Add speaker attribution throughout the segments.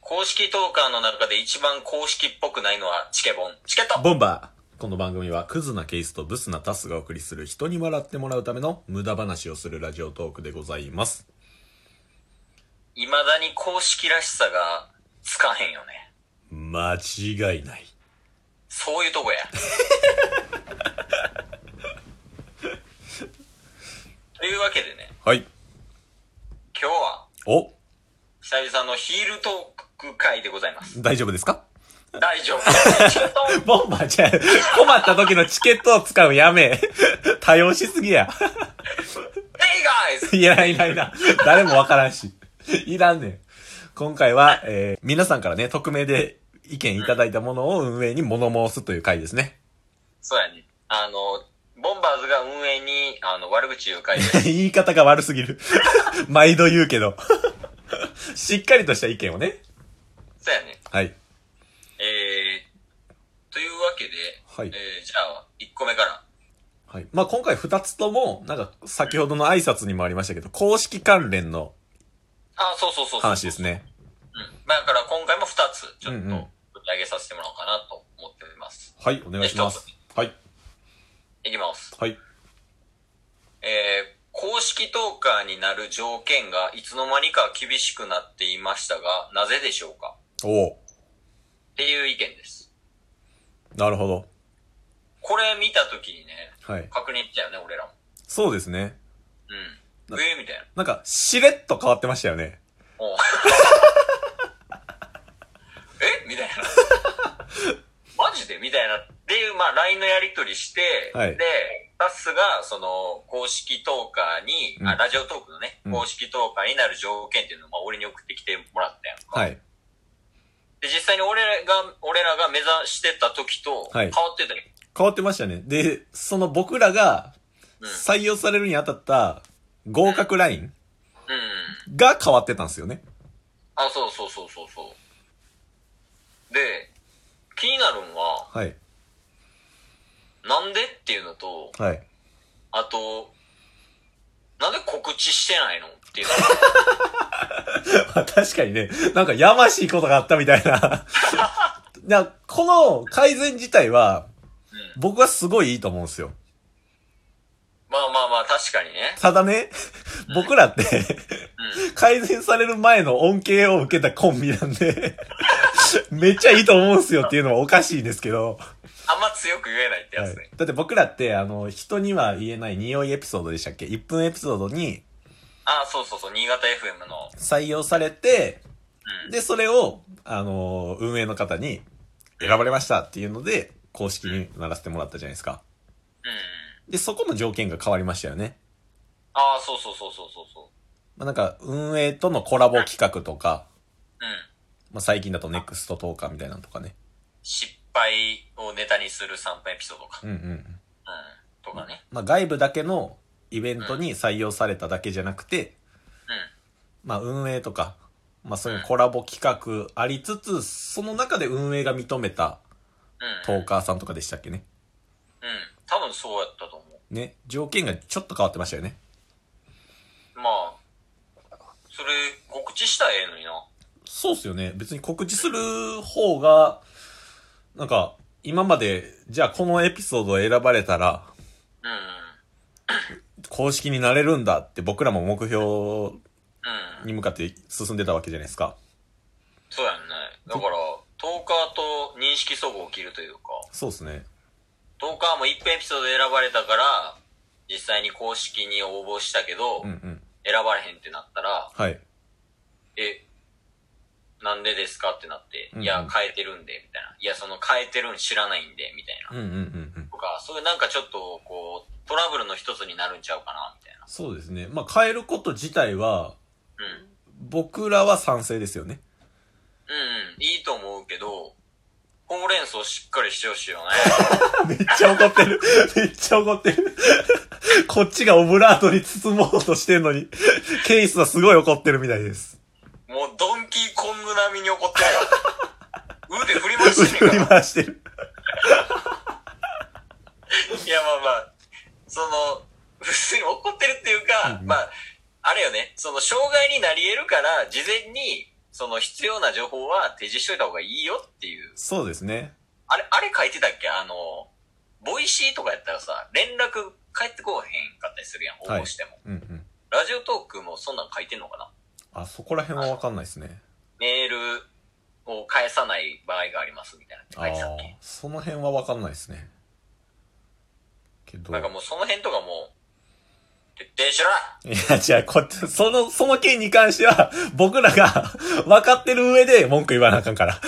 Speaker 1: 公式トーカーの中で一番公式っぽくないのはチケボン。チケット
Speaker 2: ボンバーこの番組はクズなケースとブスなタスがお送りする人に笑ってもらうための無駄話をするラジオトークでございます。
Speaker 1: 未だに公式らしさがつかへんよね。
Speaker 2: 間違いない。
Speaker 1: そういうとこ や。というわけでね、
Speaker 2: はい。
Speaker 1: 今日は
Speaker 2: お
Speaker 1: 久々のヒールトーク会でございます。
Speaker 2: 大丈夫ですか
Speaker 1: 大丈 夫。チケット
Speaker 2: ボンバーじゃあ、困った時のチケットを使うやめ。多用しすぎや。
Speaker 1: Hey guys!
Speaker 2: いらないいらないな。誰もわからんし。いらんねん。今回は、えー、皆さんからね、匿名で意見いただいたものを運営に物申すという回ですね。
Speaker 1: そうやね。あの、ボンバーズが運営にあの悪口言う会です。
Speaker 2: 言い方が悪すぎる。 毎度言うけど。 しっかりとした意見をね。
Speaker 1: そうやね。
Speaker 2: はい。
Speaker 1: えー、というわけで、
Speaker 2: はい
Speaker 1: えー、じゃあ、1個目から。
Speaker 2: はい。まあ、今回二つとも、なんか、先ほどの挨拶にもありましたけど、公式関連の
Speaker 1: あ、そうそうそうそう。
Speaker 2: 話ですね。
Speaker 1: うん。だから今回も2つ、ちょっと、
Speaker 2: うんうん
Speaker 1: 取り上げさせてもらおうかなと思ってます。
Speaker 2: はい、お願いします。はい。
Speaker 1: いきます。
Speaker 2: はい。
Speaker 1: えー、公式トーカーになる条件がいつの間にか厳しくなっていましたが、なぜでしょうか
Speaker 2: おお
Speaker 1: っていう意見です。
Speaker 2: なるほど。
Speaker 1: これ見た時にね、
Speaker 2: はい。
Speaker 1: 確認したよね、俺らも。
Speaker 2: そうですね。
Speaker 1: うん。えー、みたいな。
Speaker 2: なんか、しれっと変わってましたよね。
Speaker 1: おう えみたいな。マジでみたいな。で、まあ、LINE のやり取りして、
Speaker 2: はい
Speaker 1: で、タスが、その、公式トーカーに、
Speaker 2: うん
Speaker 1: あ、ラジオトークのね、
Speaker 2: うん
Speaker 1: 公式トーカーになる条件っていうのを、まあ、俺に送ってきてもらったやんか。
Speaker 2: はい。
Speaker 1: で、実際に俺らが、俺らが目指してた時と、
Speaker 2: は
Speaker 1: 変
Speaker 2: い
Speaker 1: わってたよ。
Speaker 2: 変わってましたね。で、その僕らが
Speaker 1: うん
Speaker 2: 採用されるにあたった合格ライン
Speaker 1: うん。
Speaker 2: が変わってたんですよね。
Speaker 1: あ、そうそうそうそうそう。で、気になるんは、
Speaker 2: はい。
Speaker 1: なんでっていうのと、
Speaker 2: はい。
Speaker 1: あと、なんで告知してないのっていうの。
Speaker 2: まあ確かにね、なんかやましいことがあったみたいな。 いや、この改善自体は、
Speaker 1: うん
Speaker 2: 僕はすごいいいと思うんですよ。
Speaker 1: まあまあまあ、確かにね。
Speaker 2: ただね、僕らって、改善される前の恩恵を受けたコンビなん で、めっちゃいいと思うんすよっていうのはおかしいですけど、
Speaker 1: あんま強く言えないってや
Speaker 2: は
Speaker 1: つ
Speaker 2: い
Speaker 1: ね。
Speaker 2: だって僕らって、あの、人には言えない匂いエピソードでしたっけ ?1 分エピソードに
Speaker 1: ああ、そうそうそう、新潟 FM の。
Speaker 2: 採用されて、
Speaker 1: うん
Speaker 2: で、それを、あの、運営の方に選ばれましたっていうので、公式にならせてもらったじゃないですか。
Speaker 1: うん。
Speaker 2: で、そこの条件が変わりましたよね。
Speaker 1: ああ、そうそうそうそうそうそ
Speaker 2: まあ、なんか、運営とのコラボ企画とか、
Speaker 1: う。うん。
Speaker 2: まあ、最近だとネクストトーカーみたいなのとかね。
Speaker 1: 失敗をネタにする3分エピソードか。
Speaker 2: うんうん。
Speaker 1: うん。とかね。
Speaker 2: まあ、外部だけのイベントに採用されただけじゃなく
Speaker 1: う
Speaker 2: て、
Speaker 1: ん。
Speaker 2: まあ、運営とか、まあ、そういうコラボ企画ありつつ、その中で運営が認めた
Speaker 1: うん。
Speaker 2: トーカーさんとかでしたっけね。
Speaker 1: うん。多分そうやったと思
Speaker 2: ね、条件がちょっと変わってましたよね。
Speaker 1: う。まあ、それ、告知したらええのにな。
Speaker 2: そうっすよね。別に告知する方が、なんか、今まで、じゃあこのエピソードを選ばれたら、
Speaker 1: うん。
Speaker 2: 公式になれるんだって僕らも目標
Speaker 1: うん。
Speaker 2: に向かって進んでたわけじゃないですか。
Speaker 1: そうやんね。だから、トーカーと認識齟齬を切るというか。
Speaker 2: そうですね。
Speaker 1: 10日はもう1分エピソードで選ばれたから、実際に公式に応募したけど、
Speaker 2: うんうん。
Speaker 1: 選ばれへんってなったら、
Speaker 2: はい。
Speaker 1: え、なんでですかってなって、
Speaker 2: うんうん
Speaker 1: いや、変えてるんで、みたいな。いや、その変えてるん知らないんで、みたいな。
Speaker 2: うんうんうんうん。
Speaker 1: とか、そういうなんかちょっと、こう、トラブルの一つになるんちゃうかな、みたいな。
Speaker 2: そうですね。まあ、変えること自体は、
Speaker 1: うん。
Speaker 2: 僕らは賛成ですよね。
Speaker 1: うんうん、いいと思うけど、ほうれん草しっかりしてほしいよね。
Speaker 2: めっちゃ怒ってる。 めっちゃ怒ってる。 こっちがオブラートに包もうとしてんのに、ケイスはすごい怒ってるみたいです。
Speaker 1: もう、ドンキーコング並みに怒って るよ。腕振り回して
Speaker 2: 振
Speaker 1: ねえから
Speaker 2: り。回してる。
Speaker 1: いや、まあまあ、その、普通に怒ってるっていうか、
Speaker 2: うんうん
Speaker 1: まあ、あれよね、その、障害になり得るから、事前に、その必要な情報は提示しといた方がいいよっていう。
Speaker 2: そうですね。
Speaker 1: あれ、あれ書いてたっけあの、ボイシーとかやったらさ、連絡返ってこうへんかったりするやん、
Speaker 2: はい
Speaker 1: 応募しても。
Speaker 2: うんうん。
Speaker 1: ラジオトークもそんなん書いてんのかな
Speaker 2: あ、そこら辺はわかんないですね。
Speaker 1: メールを返さない場合がありますみたいな
Speaker 2: ああ
Speaker 1: のって書いてたっ
Speaker 2: ー
Speaker 1: け、
Speaker 2: その辺はわかんないですね。けど。
Speaker 1: なんかもうその辺とかもう、徹底しろ
Speaker 2: いや、違う、こっち、その、その件に関しては、 僕らが分かってる上で文句言わなあかんから。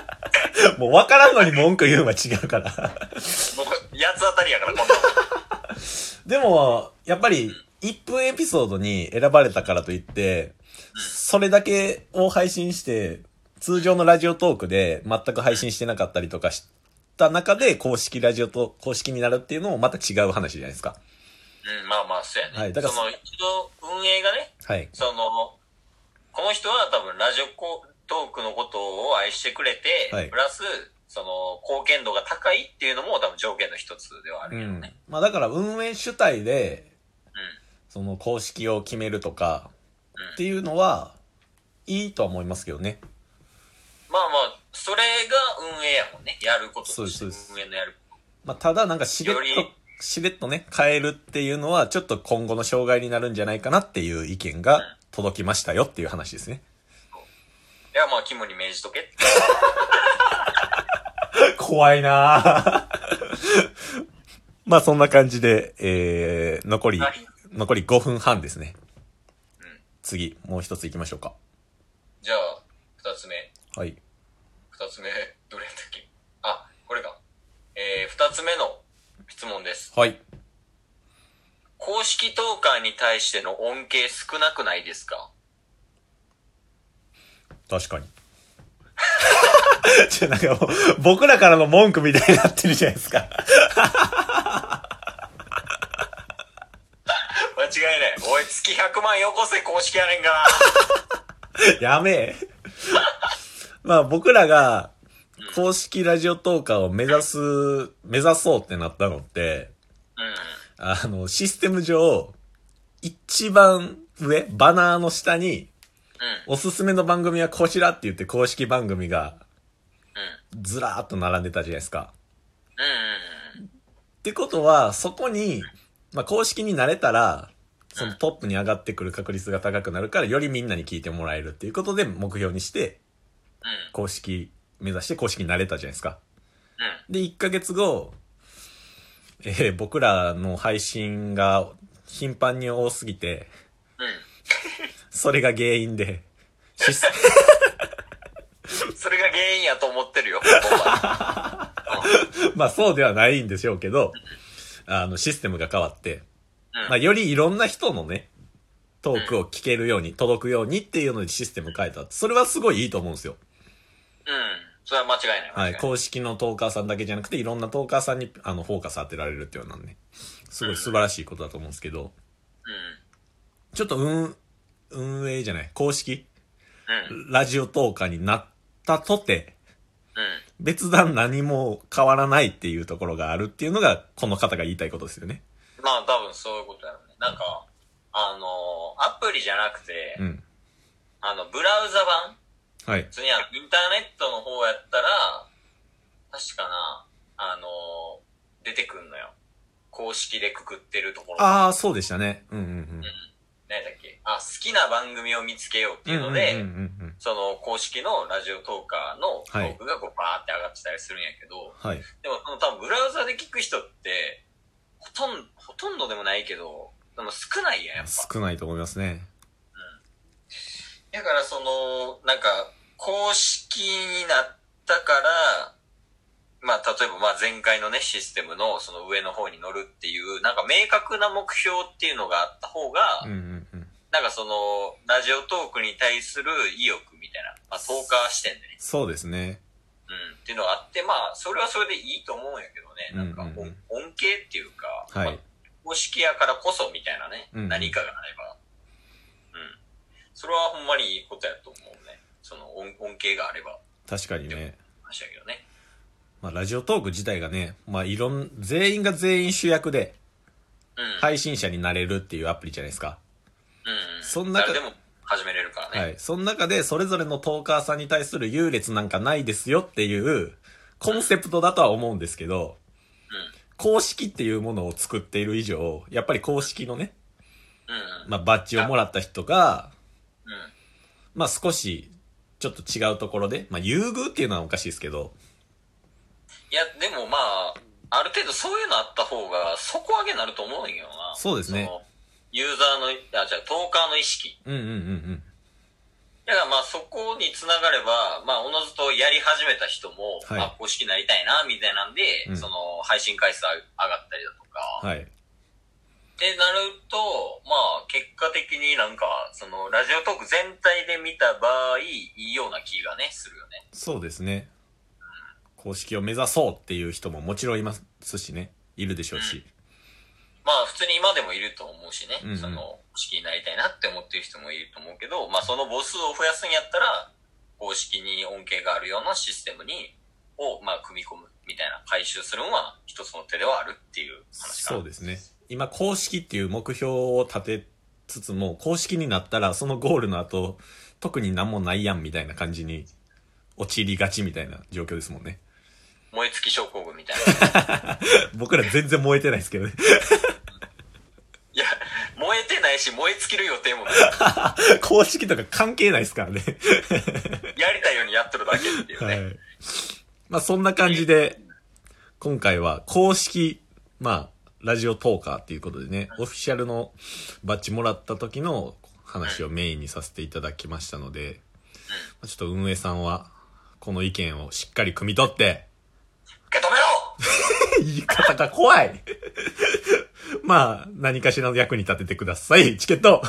Speaker 2: もう分からんのに文句言うのは違うから。
Speaker 1: 僕、八つ当たりやから、こんなの。
Speaker 2: でも、やっぱり、1分エピソードに選ばれたからといって、それだけを配信して、通常のラジオトークで全く配信してなかったりとかした中で、公式ラジオと、公式になるっていうのもまた違う話じゃないですか。
Speaker 1: うん、まあまあ、そうやね。
Speaker 2: はいだから
Speaker 1: その、一度、運営がね、
Speaker 2: はい。
Speaker 1: その、この人は多分ラジオコトークのことを愛してくれて、
Speaker 2: はい
Speaker 1: プラス、その、貢献度が高いっていうのも多分条件の一つではあ
Speaker 2: う
Speaker 1: るけど
Speaker 2: ん
Speaker 1: ね。。
Speaker 2: まあだから運営主体で、
Speaker 1: うん。
Speaker 2: その公式を決めるとか、
Speaker 1: うん
Speaker 2: っていうのは、いいとは思いますけどね。
Speaker 1: まあまあ、それが運営やもんね。やることとして
Speaker 2: そうですそう
Speaker 1: 運営のやるこ
Speaker 2: まあ、ただなんかしれっと
Speaker 1: より、
Speaker 2: しれっとね、変えるっていうのは、ちょっと今後の障害になるんじゃないかなっていう意見が届きましたよっていう話ですね。
Speaker 1: と。いや、まあ、肝に銘じとけって。
Speaker 2: 怖いなぁ まあそんな感じで、えー、残り
Speaker 1: はい、
Speaker 2: 残り5分半ですね
Speaker 1: うん。
Speaker 2: 次、もう一つ行きましょうか。
Speaker 1: じゃあ、二つ目。
Speaker 2: はい。
Speaker 1: 二つ目、どれやったっけあ、これか。えー、二つ目の質問です。
Speaker 2: はい。
Speaker 1: 公式トーカーに対しての恩恵少なくないですか
Speaker 2: 確かに。 ちょ、なんかもう、僕らからの文句みたいになってるじゃないですか。
Speaker 1: 間違いない。おい、月100万よこせ、公式やねんが
Speaker 2: やめえ。まあ僕らが、公式ラジオトーカーを目指す、目指そうってなったのって、
Speaker 1: な。うん。
Speaker 2: あの、システム上、一番上、バナーの下に、
Speaker 1: う
Speaker 2: おすすめの番組はこちらって言って公式番組が
Speaker 1: ん。
Speaker 2: ずらーっと並んでたじゃないですか。
Speaker 1: うん。うん。
Speaker 2: ってことは、そこに、まあ、公式になれたら、そのトップに上がってくる確率が高くなるから、よりみんなに聞いてもらえるっていうことで目標にして、
Speaker 1: う
Speaker 2: 公式、目指して公式になれたじゃないですか。
Speaker 1: ん。
Speaker 2: で、1ヶ月後、えー僕らの配信が頻繁に多すぎて、
Speaker 1: うん。
Speaker 2: それが原因で、シス
Speaker 1: うん。それが原因やと思ってるよ。ほんま
Speaker 2: まあそうではないんでしょうけど、あの、システムが変わって、
Speaker 1: うん
Speaker 2: まあよりいろんな人のね、トークを聞けるように、届くようにっていうのにシステム変えた。それはすごいいいと思うんですよ。
Speaker 1: うん。それは間違いない。
Speaker 2: は
Speaker 1: 間違
Speaker 2: い。
Speaker 1: ない。
Speaker 2: 公式のトーカーさんだけじゃなくて、いろんなトーカーさんに、あの、フォーカス当てられるっていうのはね、すごい素晴らしいことだと思うんですけど、ちょっと運、運営じゃない、公式
Speaker 1: うん。うん。
Speaker 2: ラジオトーカーになったとて、
Speaker 1: うん。
Speaker 2: 別段何も変わらないっていうところがあるっていうのが、この方が言いたいことですよね。
Speaker 1: まあ、多分そういうことやろうね。なんか、あのーアプリじゃなくて、
Speaker 2: うん。
Speaker 1: あの、ブラウザ版
Speaker 2: はい
Speaker 1: 普。通にあのインターネットの方やったら、確かな、あのー出てくんのよ。公式でくくってるところ。
Speaker 2: ああ、そうでしたね。うんうんうん。
Speaker 1: 何だっけあ、好きな番組を見つけようっていうので、
Speaker 2: うんうんうんうん、
Speaker 1: その公式のラジオトーカーの
Speaker 2: はい
Speaker 1: トークがこうバーって上がってたりするんやけど、
Speaker 2: はい。
Speaker 1: でもその多分ブラウザで聞く人って、ほとんど、ほとんどでもないけど、でも少ないやん、やっぱ。
Speaker 2: 少ないと思いますね。
Speaker 1: だからその、なんか、公式になったから、まあ例えばまあ前回のね、システムのその上の方に乗るっていう、なんか明確な目標っていうのがあった方が、
Speaker 2: うんうんうん。
Speaker 1: なんかその、ラジオトークに対する意欲みたいな、まあ、投下視点でね、
Speaker 2: そうですね。
Speaker 1: うん、っていうのがあって、まあ、それはそれでいいと思うんやけどね、なんか、
Speaker 2: うんうんうん
Speaker 1: 恩恩恵っていうか、
Speaker 2: は
Speaker 1: まあ
Speaker 2: い。
Speaker 1: 公式やからこそみたいなね、
Speaker 2: うん
Speaker 1: 何かがあれば、うん。それはほんまにいいことやと思うね。その恩、恩恵があれば、
Speaker 2: 確かにね。
Speaker 1: 話だけどね。
Speaker 2: まあ、ラジオトーク自体がね、まあ、いろん、全員が全員主役で、
Speaker 1: うん。い。
Speaker 2: 配信者になれるっていうアプリじゃないですか。
Speaker 1: うん、うん。
Speaker 2: そん中
Speaker 1: 誰でも始めれるからね。
Speaker 2: はい。その中で、それぞれのトーカーさんに対する優劣なんかないですよっていう、コンセプトだとは思うんですけど、公式っていうものを作っている以上、やっぱり公式のね、
Speaker 1: うん。うんうん。
Speaker 2: まあ、バッジをもらった人が、
Speaker 1: うん。
Speaker 2: まあ、少し、ちょっと違うところで、まあ、優遇っていうのはおかしいですけど、
Speaker 1: いや、でもまあ、ある程度そういうのあった方が、底上げになると思うんよな。
Speaker 2: そうですね
Speaker 1: その。ユーザーの、あ、じゃあ、トーカーの意識。
Speaker 2: うんうんうんうん。
Speaker 1: だからまあ、そこにつながれば、まあ、おのずとやり始めた人も、
Speaker 2: はい
Speaker 1: まあ、公式になりたいな、みたいなんで、
Speaker 2: うん
Speaker 1: その、配信回数上がったりだとか、
Speaker 2: はい。
Speaker 1: ってなると、まあ、結果的になんか、その、ラジオトーク全体で見た場合、いいような気がね、するよね。
Speaker 2: そうですね。公式を目指そうっていう人ももちろんいますしね。いるでしょうし。
Speaker 1: まあ、普通に今でもいると思うしね、
Speaker 2: うんうん
Speaker 1: その、公式になりたいなって思ってる人もいると思うけど、まあ、その母数を増やすんやったら、公式に恩恵があるようなシステムに、を、まあ、組み込むみたいな、回収するのは一つの手ではあるっていう話かな。
Speaker 2: そうですね。今、公式っていう目標を立てつつも、公式になったらそのゴールの後、特になんもないやんみたいな感じに陥りがちみたいな状況ですもんね。
Speaker 1: 燃え尽き症候群みたいな。
Speaker 2: 僕ら全然燃えてないですけどね。
Speaker 1: いや、燃えてないし、燃え尽きる予定もない。
Speaker 2: 公式とか関係ないですからね。
Speaker 1: やりたいようにやってるだけっていう
Speaker 2: は
Speaker 1: ね。
Speaker 2: い。 まあそんな感じで、今回は公式、まあ、ラジオトーカーっていうことでね、オフィシャルのバッジもらった時の話をメインにさせていただきましたので、まあちょっと運営さんは、この意見をしっかり汲み取って、
Speaker 1: 受け止めろ
Speaker 2: 言い方が 怖いまあ、何かしらの役に立ててください。チケット